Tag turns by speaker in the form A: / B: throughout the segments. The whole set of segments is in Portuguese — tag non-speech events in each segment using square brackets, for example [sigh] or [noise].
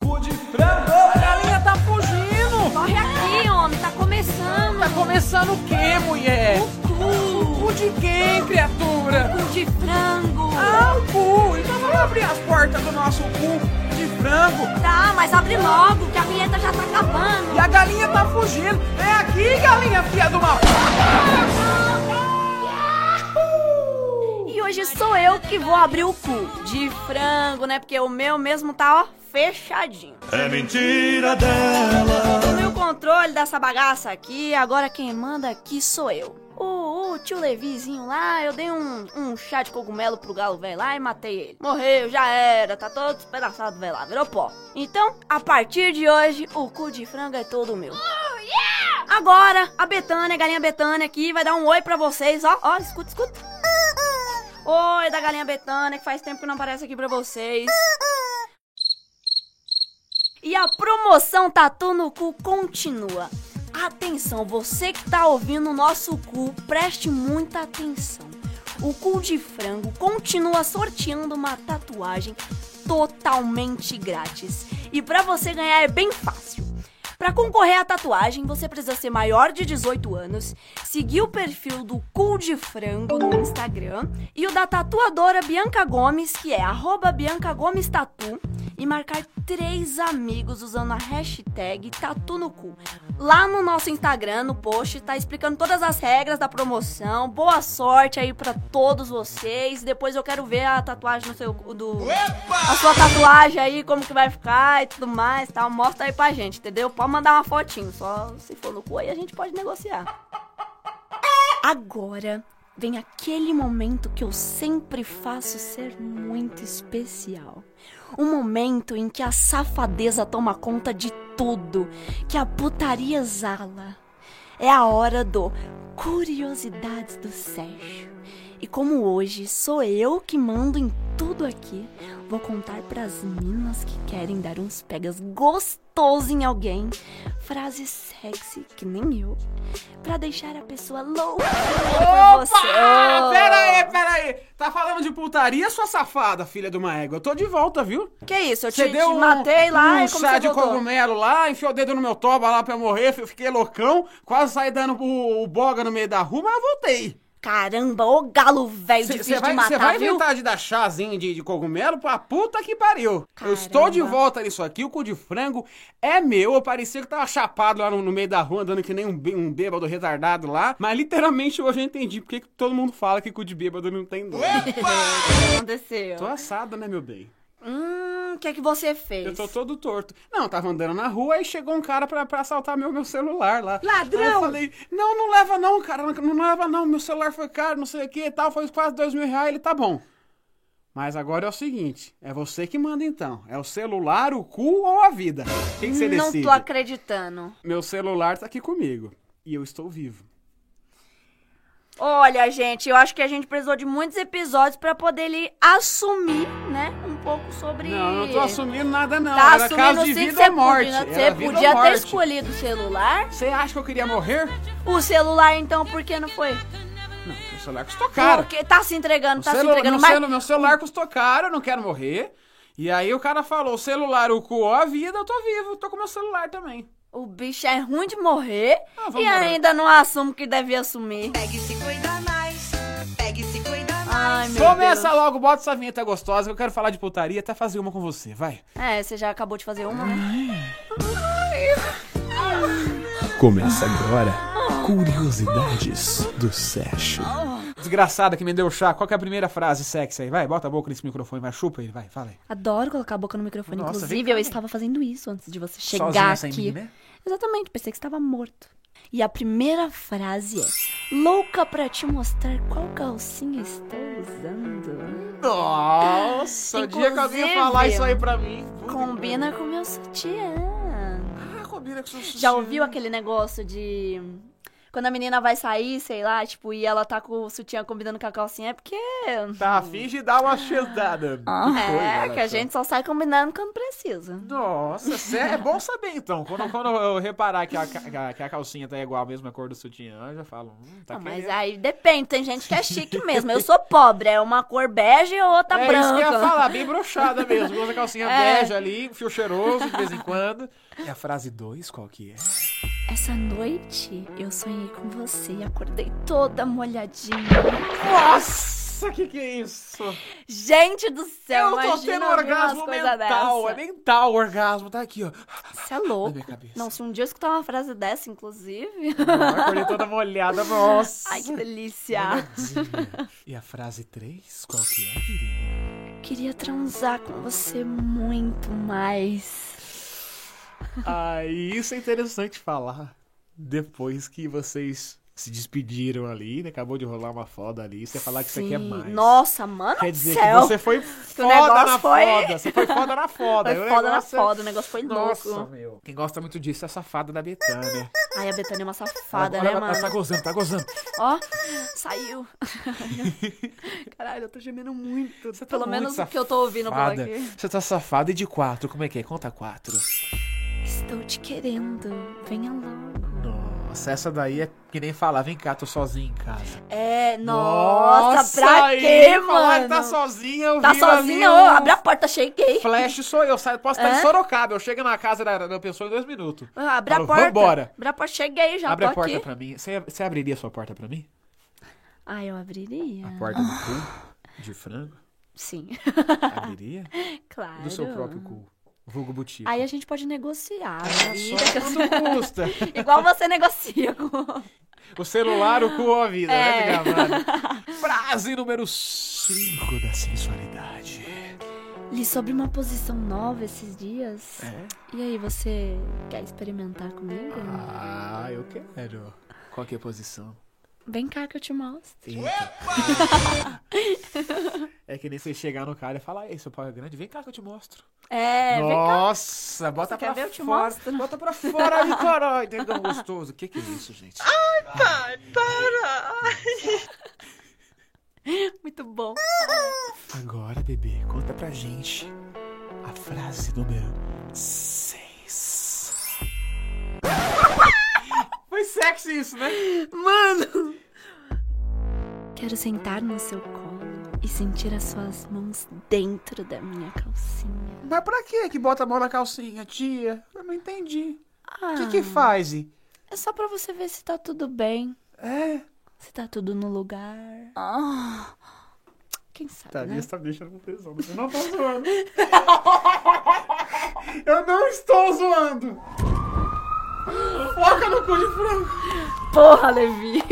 A: tá Tá É.
B: tá de frango.
A: Ah, o cu! Então vamos abrir as portas do nosso cu de frango.
B: Tá, mas abre logo, que a vinheta já tá acabando.
A: E a galinha tá fugindo. É aqui, galinha filha do mal.
B: E hoje sou eu que vou abrir o cu de frango, né? Porque o meu mesmo tá, ó, fechadinho.
C: É mentira dela.
B: Tomei o controle dessa bagaça aqui, agora quem manda aqui sou eu. O, o tio Levizinho lá, eu dei um, um chá de cogumelo pro galo velho lá e matei ele. Morreu, já era, tá todo despedaçado velho lá, virou pó. Então, a partir de hoje, o cu de frango é todo meu. Agora, a Betânia, a galinha Betânia aqui, vai dar um oi pra vocês, ó, ó, escuta, escuta. Oi da galinha Betânia, que faz tempo que não aparece aqui pra vocês. E a promoção Tatu no Cu continua. Atenção, você que tá ouvindo o nosso cu, preste muita atenção. O cu de frango continua sorteando uma tatuagem totalmente grátis. E pra você ganhar é bem fácil. Pra concorrer à tatuagem, você precisa ser maior de 18 anos, seguir o perfil do Cool de Frango no Instagram e o da tatuadora Bianca Gomes, que é arroba Bianca Gomes Tatu, e marcar três amigos usando a hashtag Tatu no Cu. Lá no nosso Instagram, no post, tá explicando todas as regras da promoção. Boa sorte aí pra todos vocês. Depois eu quero ver a tatuagem no seu, do, a sua tatuagem aí, como que vai ficar e tudo mais, tal. Mostra aí pra gente, entendeu? Pode mandar uma fotinho, só se for no cu aí a gente pode negociar. Agora vem aquele momento que eu sempre faço ser muito especial. Um momento em que a safadeza toma conta de tudo, que a putaria exala. É a hora do Curiosidades do Sérgio. E como hoje sou eu que mando em tudo aqui, vou contar pras minas que querem dar uns pegas gostosos em alguém, frases sexy que nem eu, pra deixar a pessoa louca por você.
A: Ah, pera aí, pera aí. Tá falando de putaria, sua safada, filha de uma égua. Eu tô de volta, viu?
B: Que isso? Eu
A: Você
B: te,
A: deu
B: te
A: um,
B: matei lá
A: um
B: e como
A: chá
B: você
A: de
B: voltou?
A: cogumelo lá, enfiou o dedo no meu toba lá pra eu morrer, eu fiquei loucão, quase saí dando o, o boga no meio da rua, mas eu voltei.
B: Caramba, ô galo velho,
A: Você
B: É difícil
A: vai,
B: de
A: cê
B: matar,
A: vai
B: viu?
A: inventar de dar chazinho de, de cogumelo pra puta que pariu. Eu estou de
B: Caramba.
A: volta nisso aqui, o cu de frango é meu. Eu parecia que tava chapado lá no, no meio da rua, andando que nem um, bê- um bêbado retardado lá. Mas literalmente hoje eu entendi porque que todo mundo fala que cu de bêbado não tem dor.
B: O que aconteceu?
A: Tô assado, né, meu bem?
B: Hum, o que é que você fez?
A: Eu tô todo torto. Não, eu tava andando na rua e chegou um cara pra, pra assaltar meu, meu celular lá.
B: Ladrão!
A: Aí eu falei, não, não leva não, cara, não, não leva não, meu celular foi caro, não sei o que e tal, foi quase dois mil reais, ele tá bom. Mas agora é o seguinte, é você que manda então, é o celular, o cu ou a vida? Quem que você
B: Não
A: decide?
B: tô acreditando.
A: Meu celular tá aqui comigo e eu estou vivo.
B: Olha, gente, eu acho que a gente precisou de muitos episódios pra poder ele assumir, né? Um pouco sobre.
A: Não, eu não tô assumindo nada não,
B: Tá
A: era
B: assumindo
A: caso de
B: sim que
A: vida
B: você
A: ou morte.
B: podia, né?
A: era
B: você
A: vida ou
B: podia ter
A: morte.
B: escolhido o celular.
A: Você acha que eu queria morrer?
B: O celular, então, por que não foi?
A: Não, meu celular custou caro.
B: Porque tá se entregando,
A: O
B: tá se
A: celu-
B: entregando.
A: meu,
B: Mas
A: celu- meu celular custou caro, eu não quero morrer. E aí o cara falou, celular, o cu, ó, a vida, eu tô vivo, tô com meu celular também.
B: o bicho é ruim de morrer
A: Ah, vamos
B: e
A: embora.
B: ainda não assume que devia assumir.
D: Pegue e se cuida mais. Pegue e se cuida mais.
B: Ai, meu
A: Começa logo, bota essa vinheta gostosa, que eu quero falar de putaria até fazer uma com você, vai.
B: Deus. É, você já acabou de fazer uma, né?
E: Começa agora Curiosidades do Sérgio.
A: Desgraçada que me deu chá, qual que é a primeira frase sexy aí? Vai, bota a boca nesse microfone, vai, chupa ele, vai, fala aí.
B: Adoro colocar a boca no microfone.
A: Nossa, vem
B: Inclusive,
A: cá,
B: eu
A: vem.
B: estava fazendo isso antes de você
A: Sozinha,
B: chegar
A: sem
B: aqui.
A: mim, né?
B: Exatamente, pensei que estava morto. E a primeira frase é: Louca pra te mostrar qual calcinha estou usando.
A: Nossa, o dia que alguém falar isso aí pra mim. puta
B: Combina com meu sutiã.
A: que pariu. Ah, combina com seu
B: Já ouviu aquele negócio de. Quando a menina vai sair, sei lá, tipo, e ela tá com o sutiã combinando com a calcinha, é porque.
A: Tá, finge dar uma chantada.
B: é, que a gente só sai combinando quando precisa.
A: Nossa, sério? é bom saber então. Quando, quando eu reparar que a, ca- que a- que a calcinha tá igual, a mesma cor do sutiã, eu já falo, hum, tá
B: Ah, mas
A: querendo.
B: aí depende, tem gente que é chique mesmo. Eu sou pobre, é uma cor bege e outra
A: é
B: tá branca.
A: isso que eu ia falar, bem brochada mesmo. Usa calcinha
B: [laughs] É.
A: bege ali, fio cheiroso de vez em quando. E a frase 2, qual que é?
B: Essa noite eu sonhei com você e acordei toda molhadinha.
A: Nossa! Nossa, que que é isso?
B: Gente do céu,
A: eu tô
B: Então, imagina
A: tendo
B: ouvir
A: orgasmo
B: umas coisas
A: mental. É
B: dessa.
A: mental o orgasmo. Tá aqui, ó.
B: Você é louco.
A: minha cabeça.
B: Não, se um dia eu escutar uma frase
A: [laughs]
B: dessa, inclusive.
A: Eu acordei toda molhada. Nossa.
B: Ai, que delícia.
A: Olhadinha. E a frase 3? Qual que é, querida?
B: Queria transar com você muito mais.
A: Ah, e isso é interessante falar. Depois que vocês se despediram ali, né? Acabou de rolar uma foda ali. Você falar que você quer
B: Sim.
A: mais.
B: Nossa, mano
A: Quer
B: do
A: dizer
B: céu.
A: que você é foi foda
B: negócio
A: na
B: foi-
A: foda. Você foi foda na foda.
B: Foi
A: E o
B: foda na
A: negócio é-
B: foda, o negócio foi
A: Nossa,
B: louco.
A: meu. Quem gosta muito disso é a safada da Betânia.
B: Ai, a Betânia é uma safada,
A: Olha,
B: né,
A: ela- ela,
B: mano?
A: tá gozando, tá gozando.
B: [laughs] Ó, saiu. [laughs] Caralho, eu tô gemendo muito.
A: Você tá
B: Pelo
A: muito
B: menos o que eu tô ouvindo por
A: Safada.
B: aqui.
A: Você tá safada e de quatro. Como é que é? Conta quatro.
B: Estou te querendo, venha logo.
A: Nossa, essa daí é que nem falar, vem cá, tô sozinho em casa.
B: É, nossa, pra
A: aí,
B: quê,
A: falar que
B: mano?
A: tá sozinha, eu
B: Tá
A: viro ali
B: sozinha,
A: um
B: ô, abre a porta,
A: [laughs]
B: cheguei.
A: Flash sou eu, sabe? posso estar
B: É?
A: em Sorocaba, eu chego na casa da, da pessoa em dois minutos.
B: Ah, Abre a
A: Falou,
B: porta.
A: vambora.
B: Abre a porta, cheguei, já
A: Abre
B: tô
A: a porta
B: aqui.
A: pra mim. Você, você abriria sua porta pra mim?
B: Ah, eu abriria.
A: A porta do cu? De frango?
B: Sim, [laughs]
A: Abriria?
B: claro.
A: Do seu próprio cu. Vulgo butico.
B: Aí a gente pode negociar. [laughs]
A: Olha
B: Vida,
A: só quanto custa.
B: Igual você [laughs] negocia com...
A: O celular, o cu ou a vida,
B: É.
A: né, minha mano?
B: [laughs]
A: Frase número 5 da sensualidade.
B: Li sobre uma posição nova esses dias.
A: É?
B: E aí, você quer experimentar comigo?
A: Ah, eu quero. Qual que é a posição?
B: Vem cá que eu te mostro.
A: [laughs] É que nem você chegar no cara e falar, ei, seu pau é grande, vem cá que eu te mostro.
B: É, vem cá.
A: Nossa, bota
B: Você quer
A: pra
B: ver? Eu te
A: fora.
B: mostro.
A: Bota pra
B: [laughs]
A: fora aí, caralho. Tem tão gostoso. O que que é isso, gente?
B: Muito bom.
A: Agora, bebê, conta pra gente a frase número 6. Foi sexy isso, né?
B: Mano! Quero sentar no seu colo e sentir as suas mãos dentro da minha calcinha.
A: Mas pra que que bota a mão na calcinha, tia? Eu não entendi.
B: Ah,
A: O que que faz?
B: É só pra você ver se tá tudo bem,
A: É.
B: se tá tudo no lugar. Ah, quem sabe, né?
A: tá me deixando com tesão. Eu não tô zoando. [laughs] Eu não estou zoando. Foca no cu de frango.
B: Porra, Levi!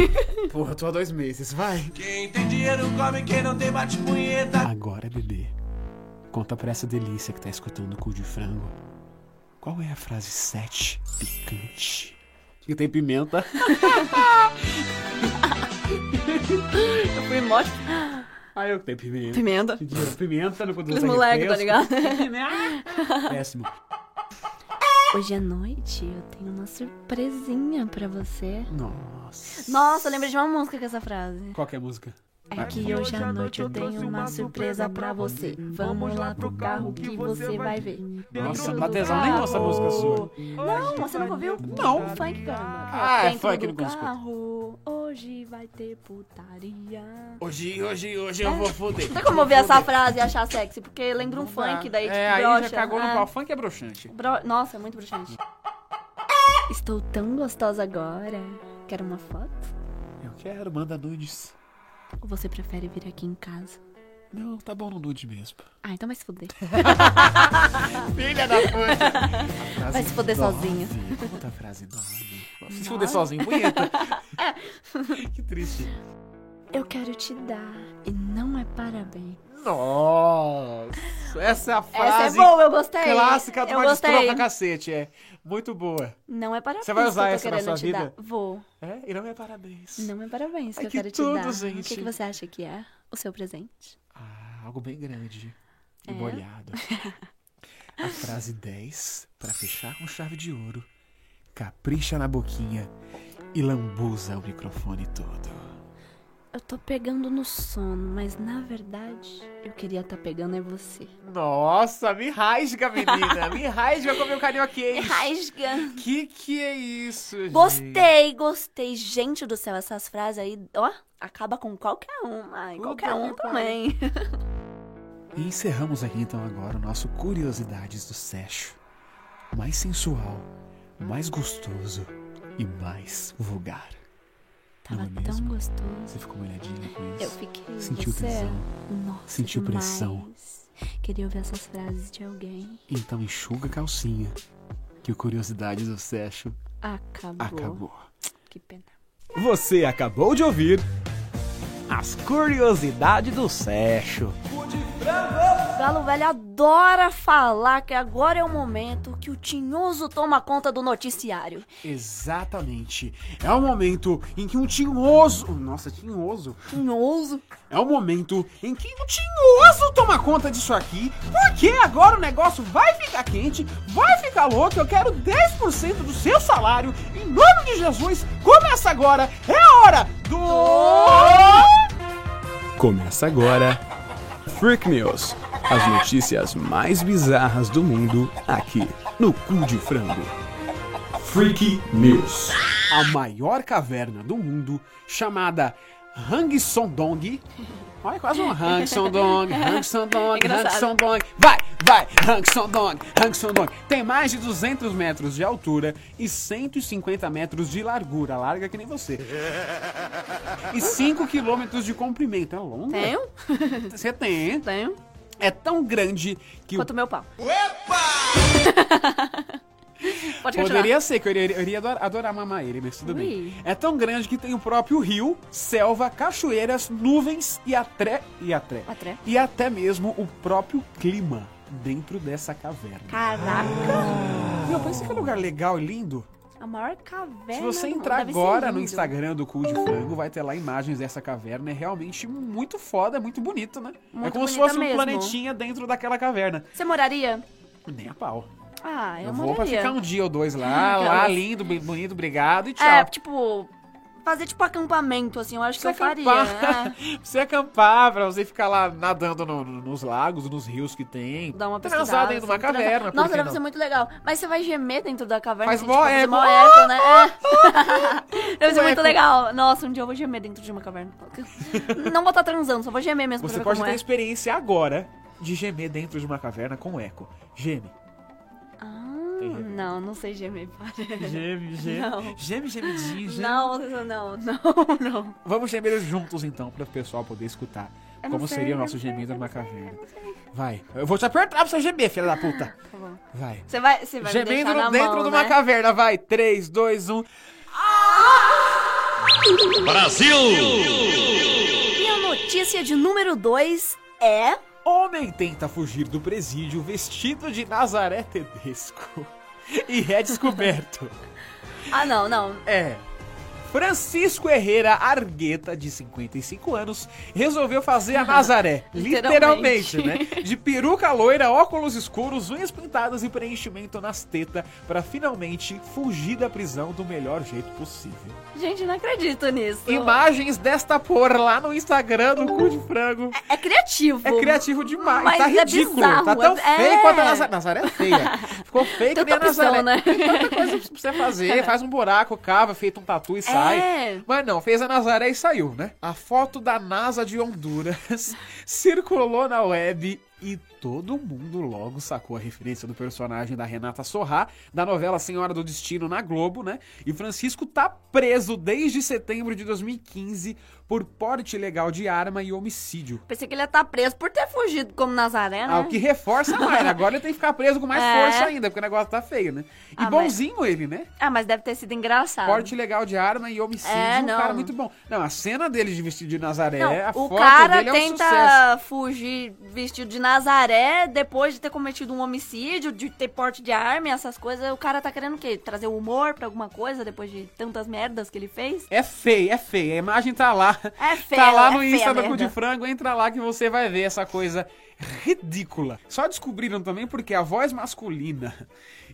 A: Porra, tô há dois meses, vai.
C: Quem tem dinheiro come, quem não tem bate punheta.
A: Agora, bebê, conta pra essa delícia que tá escutando o cu de frango. Qual é a frase 7 picante? Que tem pimenta.
B: Eu fui mó
A: Ah, eu que tenho pimenta.
B: pimenta.
A: Pimenta, pimenta no cu do
B: Aqueles
A: sangue
B: moleque, tá
A: fresco.
B: ligado?
A: Péssimo.
B: Hoje à noite eu tenho uma surpresinha pra você.
A: Nossa.
B: Nossa, eu lembrei de uma música com essa frase.
A: Qual que é a música?
B: É que hoje à noite eu tenho uma surpresa pra você. Vamos lá pro carro que você vai ver.
A: Nossa,
B: Dentro
A: não dá
B: do
A: tesão nenhum essa
B: carro.
A: música sua.
B: Não, você nunca ouviu?
A: Não.
B: Funk, cara.
A: Ah, é
B: Dentro
A: funk,
B: do
A: nunca escuto.
B: carro, hoje vai ter putaria.
A: Hoje, hoje, hoje eu vou foder.
B: É. Tem como ouvir essa frase e achar sexy? Porque lembra um funk, daí tipo
A: É, aí
B: brocha.
A: já cagou
B: É.
A: no pau. Funk é broxante.
B: Bro- Nossa, é muito bruxante. Estou tão gostosa agora. Quer uma foto?
A: Eu quero, manda nudes.
B: Ou você prefere vir aqui em casa?
A: Não, tá bom no nude mesmo.
B: Ah, então vai se foder.
A: Filha da puta. [laughs]
B: Vai se foder sozinho.
A: Conta a frase
B: [laughs]
A: 9. Se foder sozinho, punheta.
B: É.
A: [laughs] que triste.
B: Eu quero te dar e não é parabéns.
A: Nossa. Essa é a
B: Essa é
A: frase
B: boa, eu gostei.
A: clássica do
B: eu
A: Magistrão
B: gostei.
A: pra cacete. É muito boa.
B: Não é parabéns.
A: Você vai usar
B: que eu tô
A: essa na
B: querendo
A: sua
B: te
A: vida?
B: Dar. Vou.
A: É, e não é parabéns.
B: Não é parabéns que
A: Ai,
B: eu
A: que
B: quero
A: tudo,
B: te dar. O que,
A: gente.
B: que você acha que é o seu presente?
A: Ah, algo bem grande e
B: É? [laughs]
A: molhado. A frase 10, pra fechar com chave de ouro. Capricha na boquinha e lambuza o microfone todo.
B: Eu tô pegando no sono, mas na verdade eu queria estar pegando é você.
A: Nossa, me rasga, menina. me rasga com meu carioquês.
B: Rasga.
A: Que que é isso, gente?
B: [laughs] Gostei, gostei. Gente do céu, essas frases aí, ó, acaba com qualquer uma. E
A: Puta
B: qualquer
A: que
B: um
A: pariu.
B: também.
A: E encerramos aqui então agora o nosso Curiosidades do Sérgio. Mais sensual, mais gostoso e mais vulgar.
B: Tava
E: Não é
B: tão
E: mesmo?
B: gostoso.
E: Você ficou molhadinha com
B: Eu
E: isso?
B: fiquei.
E: Sentiu
B: você...
E: tensão?
B: Nossa,
E: Sentiu
B: demais.
E: pressão?
B: Queria ouvir essas frases de alguém.
E: Então enxuga a calcinha. Que o Curiosidades do Sérgio
B: Acabou.
E: acabou.
B: Que pena.
E: Você acabou de ouvir As Curiosidades do Sérgio.
B: O Galo Velho adora falar que agora é o momento que o Tinhoso toma conta do noticiário.
A: Exatamente. É o momento em que um tinhoso. Nossa, tinhoso.
B: Tinhoso?
A: É o momento em que o tinhoso toma conta disso aqui, porque agora o negócio vai ficar quente, vai ficar louco. Eu quero 10% do seu salário. Em nome de Jesus, começa agora. É a hora do.
E: Começa agora Freak News. As notícias mais bizarras do mundo aqui no Cu de Frango. Freak News.
A: A maior caverna do mundo, chamada Hang Sondong. Olha, quase um Hang Sondong, Hang Sondong, Hang
B: Engraçado.
A: Sondong. Vai, vai, Hang Sondong, Hang Sondong. Tem mais de 200 metros de altura e 150 metros de largura. Larga que nem você. E 5 quilômetros de comprimento. É longa?
B: Tenho?
A: Você tem.
B: Tenho.
A: É tão grande que o
B: Quanto meu pau. [laughs] Pode continuar.
A: Poderia ser, que eu iria, eu iria adorar, adorar mamar ele, mas tudo
B: Ui.
A: bem. É tão grande que tem o próprio rio, selva, cachoeiras, nuvens e até, e até,
B: Atré.
A: e até mesmo o próprio clima dentro dessa caverna.
B: Caraca!
A: Meu, pensa que lugar legal e lindo.
B: A maior caverna.
A: Se você
B: do mundo.
A: entrar
B: É, Deve ser
A: agora no
B: lindo.
A: Instagram do Cool de Frango, vai ter lá imagens dessa caverna. É realmente muito foda, muito bonito, né? é
B: Muito
A: como se
B: bonita
A: fosse um
B: mesmo.
A: planetinha dentro daquela caverna.
B: Você moraria?
A: Nem a pau.
B: Ah, eu,
A: Eu vou pra
B: moraria.
A: ficar um dia ou dois
B: [laughs]
A: lá, lá,
B: Aquelas.
A: lindo, bem bonito, obrigado e tchau.
B: É, tipo, fazer tipo acampamento, assim, eu acho que
A: Pra
B: eu
A: você
B: faria.
A: acampar.
B: É.
A: Pra você acampar, pra você ficar lá nadando no- no- nos lagos, nos rios que [laughs] tem.
B: É, Dar uma
A: Transar
B: pesquisada.
A: dentro de uma
B: assim, transar.
A: caverna, por
B: Nossa,
A: que
B: deve
A: não?
B: ser muito legal. Mas você vai gemer dentro da caverna.
A: Faz
B: assim,
A: mó
B: tipo, fazer
A: eco.
B: mó
A: [laughs]
B: eco, né? [laughs] É. deve ser
A: Um
B: muito
A: eco.
B: legal. Nossa, um dia eu vou gemer dentro de
A: [laughs]
B: uma caverna. Não vou estar transando, só vou gemer mesmo
A: Você
B: pra ver
A: pode
B: como
A: ter a
B: é.
A: experiência agora de gemer dentro de uma caverna com eco. Geme.
B: Ah, não, não sei gemer. para. [laughs]
A: Geme, geme.
B: Não.
A: Geme, gemidinho, geme.
B: Não, não, não, não.
A: Vamos gemer juntos então, para o pessoal poder escutar.
B: Eu não
A: Como
B: sei,
A: seria o
B: eu
A: nosso
B: não sei,
A: gemido
B: eu
A: numa
B: não sei, eu
A: caverna.
B: não sei.
A: Vai. Eu vou te apertar pra você gemer, filha da puta.
B: Tá bom.
A: Vai.
B: Você vai, você vai me
A: Gemendo
B: deixar na
A: dentro
B: mão,
A: de uma
B: né?
A: caverna, vai. um. 3, 2, 1.
B: E a notícia de número 2 é...
A: Homem tenta fugir do presídio vestido de Nazaré Tedesco [laughs] e é descoberto.
B: Ah, não, não.
A: [laughs] É. Francisco Herrera Argueta, de 55 anos, resolveu fazer [laughs] a Nazaré,
B: Literalmente.
A: literalmente, né? De peruca loira, óculos escuros, unhas pintadas e preenchimento nas tetas, pra finalmente fugir da prisão do melhor jeito possível.
B: Gente, não acredito nisso.
A: Imagens desta porra lá no Instagram do Cu de Frango.
B: É criativo.
A: É criativo demais,
B: Mas
A: tá
B: é
A: ridículo.
B: bizarro,
A: tá tão
B: é-
A: feio quanto a Nazaré. Nazaré é feia. Ficou feio que
B: Tanta
A: nem a
B: opção,
A: Nazaré.
B: né?
A: Tem tanta coisa pra você fazer. Faz um buraco, cava, feito um tatu e sai.
B: É.
A: Mas não, fez a Nazaré e saiu, né? A foto da NASA de Honduras [laughs] circulou na web e todo mundo logo sacou a referência do personagem da Renata Sorrá, da novela Senhora do Destino na Globo, né? E Francisco tá preso desde setembro de 2015 por porte ilegal de arma e homicídio.
B: Pensei que ele ia estar preso por ter fugido como Nazaré, né?
A: Ah, o que reforça mais. Agora ele tem que ficar preso com mais
B: [laughs] É.
A: força ainda, porque o negócio tá feio, né? E
B: Ah, mas-
A: bonzinho ele, né?
B: Ah, mas deve ter sido engraçado.
A: Porte legal de arma e homicídio,
B: É,
A: um
B: não.
A: cara muito bom. Não, a cena dele de vestido de Nazaré,
B: Não,
A: a
B: o
A: foto
B: cara
A: dele é um sucesso.
B: tenta fugir vestido de Nazaré depois de ter cometido um homicídio, de ter porte de arma e essas coisas. O cara tá querendo o quê? Trazer humor pra alguma coisa depois de tantas merdas que ele fez?
A: É feio, é feio. A imagem tá lá.
B: É feio,
A: Tá lá
B: é
A: no
B: feia
A: Insta
B: a
A: do Cu de
B: merda.
A: Frango, entra lá que você vai ver essa coisa ridícula. Só descobriram também porque a voz masculina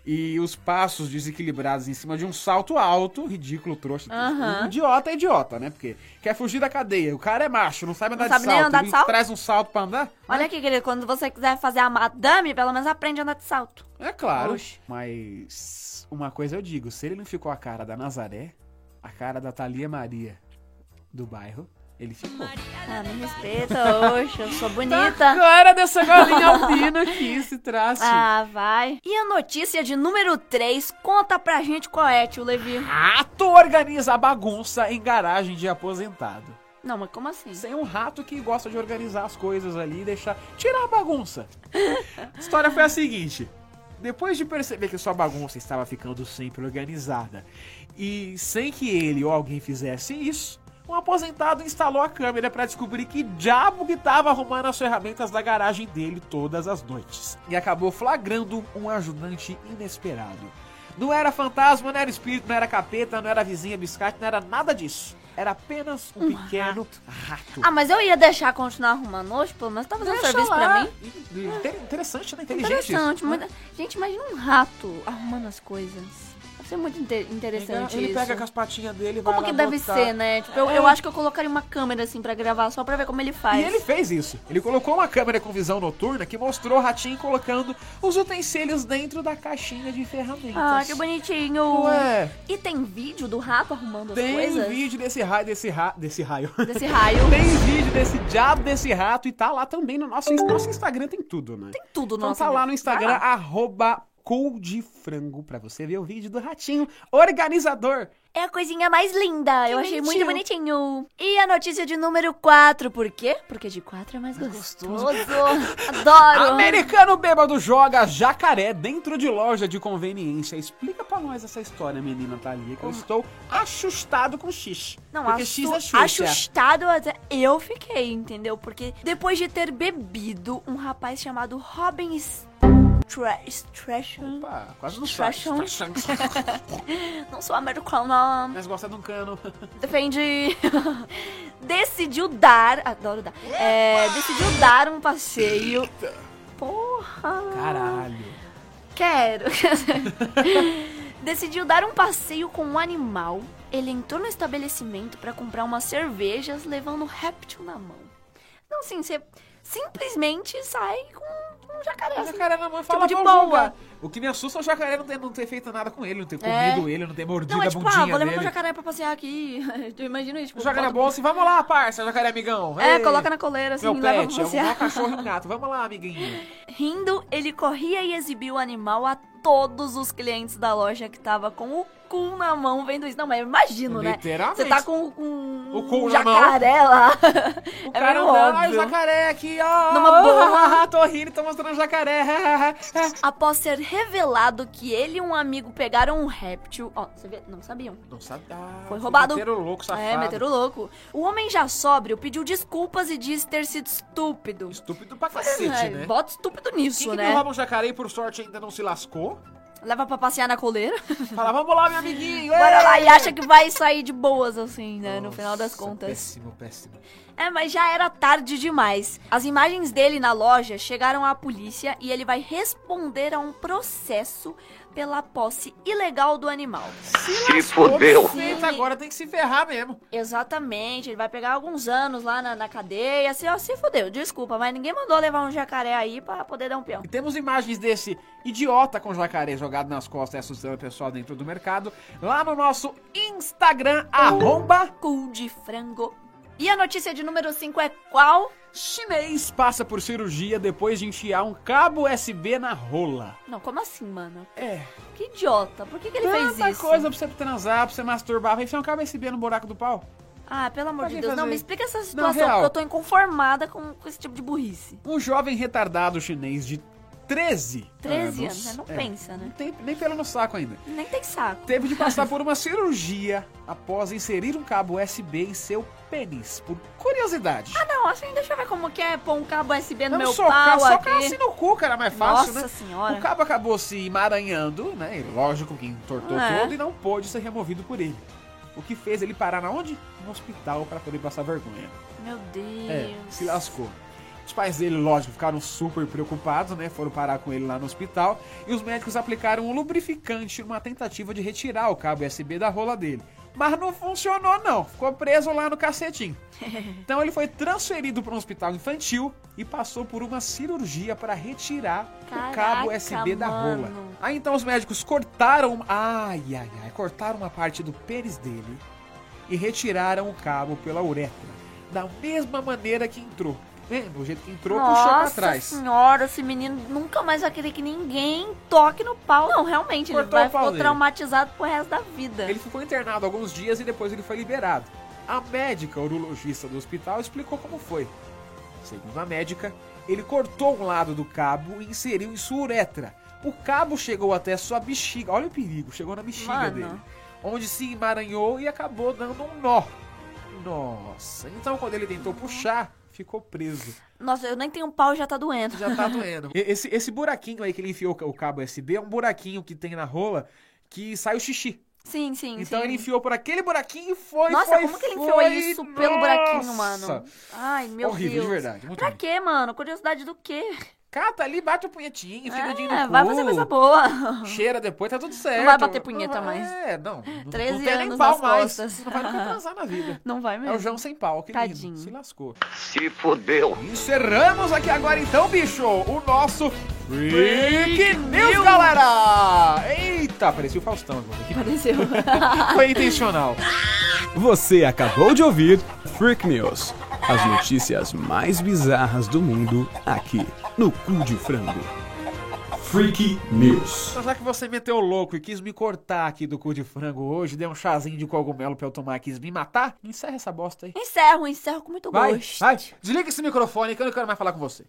A: e os passos desequilibrados em cima de um salto alto, ridículo, trouxa,
B: Aham.
A: idiota é idiota, né? Porque quer fugir da cadeia, o cara é macho, não sabe andar,
B: sabe
A: de,
B: nem
A: salto.
B: andar de
A: E
B: salto?
A: Traz um salto pra andar?
B: Olha aqui, querido, quando você quiser fazer a madame, pelo menos aprende a andar de salto.
A: É claro.
B: Oxe.
A: Mas uma coisa eu digo, se ele não ficou a cara da Nazaré, a cara da Thalia Maria do bairro, Ele ficou.
B: Ah, me respeita, [laughs] oxe, eu sou bonita.
A: Cara dessa galinha [laughs] albina aqui, esse traço.
B: Ah, vai. E a notícia de número 3, conta pra gente qual é, tio Levi.
A: Rato organiza bagunça em garagem de aposentado.
B: Não, mas como assim?
A: Sem um rato que gosta de organizar as coisas ali e deixar. tirar a bagunça. [laughs] a história foi a seguinte. Depois de perceber que sua bagunça estava ficando sempre organizada e sem que ele ou alguém fizesse isso, um aposentado instalou a câmera para descobrir que diabo que estava arrumando as ferramentas da garagem dele todas as noites e acabou flagrando um ajudante inesperado. Não era fantasma, não era espírito, não era capeta, não era vizinha biscate, não era nada disso. Era apenas um, pequeno rato.
B: Ah, mas eu ia deixar continuar arrumando hoje, pelo menos tá fazendo
A: Deixa
B: serviço
A: lá. né?
B: pra mim.
A: Inter- Interessante, né? Inteligente.
B: Interessante, muito... Gente, imagina um rato arrumando as coisas. Deve ser muito inte- interessante
A: Ele
B: isso.
A: pega com as patinhas dele, vai
B: Como
A: lá
B: que deve
A: botar.
B: ser, né? Tipo, eu, eu acho que eu colocaria uma câmera assim pra gravar só pra ver como ele faz.
A: É. E ele fez isso. Ele colocou uma câmera com visão noturna que mostrou o ratinho colocando os utensílios dentro da caixinha de ferramentas.
B: Ah, que bonitinho.
A: assim. Ué,
B: E tem vídeo do rato arrumando as
A: tem
B: coisas?
A: vídeo desse raio, desse ra... desse raio. [laughs]
B: Desse raio.
A: tem vídeo desse diabo desse rato e tá lá também no nosso, nosso Instagram, tem tudo, né?
B: Tudo
A: Então
B: nosso.
A: tá lá no Instagram,
B: Vai lá.
A: arroba coldefrango, pra você ver o vídeo do ratinho organizador.
B: É a coisinha mais linda. eu achei muito
A: bonitinho.
B: bonitinho. E a notícia de número 4, por quê? Porque de 4 é mais gostoso. [laughs] Adoro.
A: Americano bêbado joga jacaré dentro de loja de conveniência. Explica pra nós essa história, menina Thalia, que eu estou assustado com X.
B: Hum. Não,
A: Porque
B: assu
A: X é Xuxa.
B: assustado até eu fiquei, entendeu? Porque depois de ter bebido, um rapaz chamado Robin Stra- Strachan,
A: Opa, quase não
B: Xuxa.
A: sabe. Tá
B: não sou americano,
A: Mas gosta de um
B: [laughs]
A: cano. [laughs]
B: defende, [laughs] decidiu dar, adoro dar, é, decidiu dar um passeio, porra,
A: Caralho.
B: Quero. [laughs] Decidiu dar um passeio com um animal. Ele entrou no estabelecimento pra comprar umas cervejas, levando o réptil na mão. Não, sim, você simplesmente sai com um jacaré.
A: O
B: assim.
A: jacaré na mão e fala
B: de
A: "Vou
B: boa."
A: jogar." O que me assusta é o jacaré não ter, não ter feito nada com ele, não ter comido ele, não ter mordido
B: Não, é
A: a
B: tipo, ah,
A: bundinha
B: vou levar
A: dele.
B: meu jacaré pra passear aqui. [laughs] Eu imagino isso. Tipo,
A: Joga na
B: bota-
A: bolsa e assim, vamos lá, parça, jacaré amigão.
B: É,
A: Ei,
B: coloca na coleira, assim,
A: né? Meu
B: leva
A: pet,
B: pra
A: é um mau
B: passear.
A: cachorro
B: [laughs]
A: e um gato. Vamos lá, amiguinho.
B: Rindo, ele corria e exibia o animal a todos os clientes da loja que tava com o cu na mão vendo isso. Não, mas eu imagino, né?
A: Literalmente.
B: Você tá com um,
A: O cu
B: um
A: na mão.
B: jacaré lá.
A: O
B: [laughs] é
A: cara
B: meio
A: andando, "Ai, o
B: óbvio.
A: jacaré aqui, ó.
B: Numa boa.
A: [laughs] tô rindo, tô mostrando o jacaré. [laughs]
B: Após ser revelado que ele e um amigo pegaram um réptil. Ó, você vê? Não sabiam.
A: Não sabe. Ah,
B: Foi roubado.
A: Meteram louco, safado.
B: É, meteram o louco. O homem já sóbrio pediu desculpas e disse ter sido estúpido.
A: Estúpido pra
B: É,
A: cacete, né?
B: Bota estúpido
A: Quem
B: nisso,
A: que
B: né?
A: não rouba um jacaré e por sorte ainda não se lascou?
B: Leva pra passear na coleira.
A: Fala, vamos lá, meu amiguinho.
B: Bora
A: ei."
B: lá e acha que vai sair de boas, assim, [laughs] né? no
A: É. Nossa,
B: final das contas.
A: Péssimo, péssimo.
B: É, mas já era tarde demais. As imagens dele na loja chegaram à polícia e ele vai responder a um processo pela posse ilegal do animal.
A: Se fodeu. Agora tem que se ferrar mesmo.
B: Exatamente, ele vai pegar alguns anos lá na, na cadeia. Se, ó, se fodeu, desculpa, mas ninguém mandou levar um jacaré aí pra poder dar um peão.
A: E temos imagens desse idiota com jacaré jogado nas costas e assustando o pessoal dentro do mercado lá no nosso Instagram, arroba
B: Cu de frango. E a notícia de número 5 é qual?
A: Chinês passa por cirurgia depois de enfiar um cabo USB na rola.
B: Não, como assim, mano?
A: É,
B: Que idiota, por que, que ele
A: tanta
B: fez isso?
A: coisa pra você transar, pra você masturbar, vai enfiar um cabo USB no buraco do pau.
B: Ah, pelo amor
A: Pra
B: de
A: que
B: Deus, não,
A: fazer?
B: me explica essa situação,
A: real.
B: porque eu tô inconformada com, com esse tipo de burrice.
A: Um jovem retardado chinês de 13,
B: 13
A: anos,
B: anos, né? Não
A: é,
B: pensa,
A: não
B: né?
A: tem nem pelo no saco ainda,
B: Nem tem saco.
A: teve de passar por uma cirurgia após inserir um cabo USB em seu pênis, por curiosidade.
B: Não, assim, deixa eu ver como que é pôr um cabo USB no
A: Não,
B: meu
A: socar,
B: pau
A: socar
B: aqui.
A: assim no cu, cara, é mais fácil,
B: Nossa
A: né?
B: senhora.
A: O cabo acabou se emaranhando, né? E Lógico que entortou
B: É.
A: todo e não pôde ser removido por ele. O que fez ele parar na onde? No hospital pra poder passar vergonha.
B: Meu Deus.
A: É, se lascou. Os pais dele, lógico, ficaram super preocupados, né? Foram parar com ele lá no hospital e os médicos aplicaram um lubrificante numa tentativa de retirar o cabo USB da rola dele. Mas não funcionou, não. Ficou preso lá no
B: [laughs]
A: cacetinho. Então ele foi transferido para um hospital infantil e passou por uma cirurgia para retirar o cabo
B: Caraca,
A: USB da rola.
B: mano.
A: Aí então os médicos cortaram. Ai, ai, ai. Cortaram uma parte do pênis dele e retiraram o cabo pela uretra. da mesma maneira que entrou. É, do jeito que entrou, puxou pra
B: Nossa
A: trás.
B: senhora, esse menino nunca mais vai querer que ninguém toque no pau. Não, realmente, ele
A: Cortou
B: vai
A: o pau
B: ficou
A: dele.
B: traumatizado pro resto da vida.
A: Ele ficou internado alguns dias e depois ele foi liberado. A médica urologista do hospital explicou como foi. Segundo a médica, ele cortou um lado do cabo e inseriu em sua uretra. O cabo chegou até sua bexiga. Olha o perigo, chegou na bexiga
B: Mano.
A: dele. Onde se emaranhou e acabou dando um nó. Nossa, então quando ele tentou puxar, ficou preso.
B: Nossa, eu nem tenho pau e já tá doendo.
A: Já tá doendo. E- Esse, esse buraquinho aí que ele enfiou o cabo SD é um buraquinho que tem na rola que sai o xixi.
B: Sim, sim,
A: Então
B: sim.
A: ele enfiou por aquele buraquinho e foi,
B: Nossa,
A: foi,
B: como que ele
A: foi.
B: enfiou isso pelo buraquinho,
A: Nossa!
B: mano? Ai, meu
A: Horrível,
B: Deus.
A: de verdade. Muito
B: Pra
A: ruim.
B: quê, mano? Curiosidade do quê?
A: Cata ali, bate o punhetinho, enfia o dedinho no
B: É,
A: cu.
B: vai fazer coisa boa. [laughs]
A: Cheira depois, tá tudo certo.
B: vai bater punheta
A: Não,
B: mais.
A: É, não. não-
B: 13
A: não tem nem
B: anos
A: pau
B: nas
A: mais.
B: costas.
A: Não vai nunca transar na
B: [laughs]
A: vida.
B: Não vai
A: É o
B: mesmo.
A: João sem pau, que
B: Tadinho.
A: lindo. Se lascou.
F: Se fudeu.
A: Encerramos aqui agora então, bicho, o nosso Freak News, galera! Eita, parecia o Faustão agora.
B: Pareceu. [laughs] Ah.
A: Foi intencional.
E: Você acabou de ouvir Freak News. As notícias mais bizarras do mundo aqui no Cu de Frango. Freak News.
A: Então, já que você meteu o louco e quis me cortar aqui do cu de frango hoje, deu um chazinho de cogumelo pra eu tomar e quis me matar, encerra essa bosta aí.
B: encerro, encerro com muito
A: Vai,
B: gosto.
A: vai. Desliga esse microfone que eu não quero mais falar com você.